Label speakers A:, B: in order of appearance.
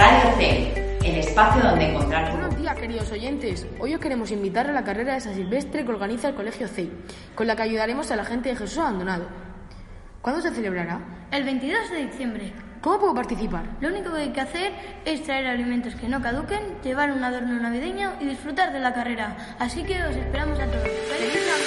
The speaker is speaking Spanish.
A: hacer, el espacio donde encontrar tu voz.
B: Buenos días, queridos oyentes. Hoy os queremos invitar a la carrera de San Silvestre que organiza el Colegio CEI, con la que ayudaremos a la gente de Jesús abandonado. ¿Cuándo se celebrará?
C: El 22 de diciembre.
B: ¿Cómo puedo participar?
C: Lo único que hay que hacer es traer alimentos que no caduquen, llevar un adorno navideño y disfrutar de la carrera. Así que os esperamos a todos. ¡Feliz Navidad!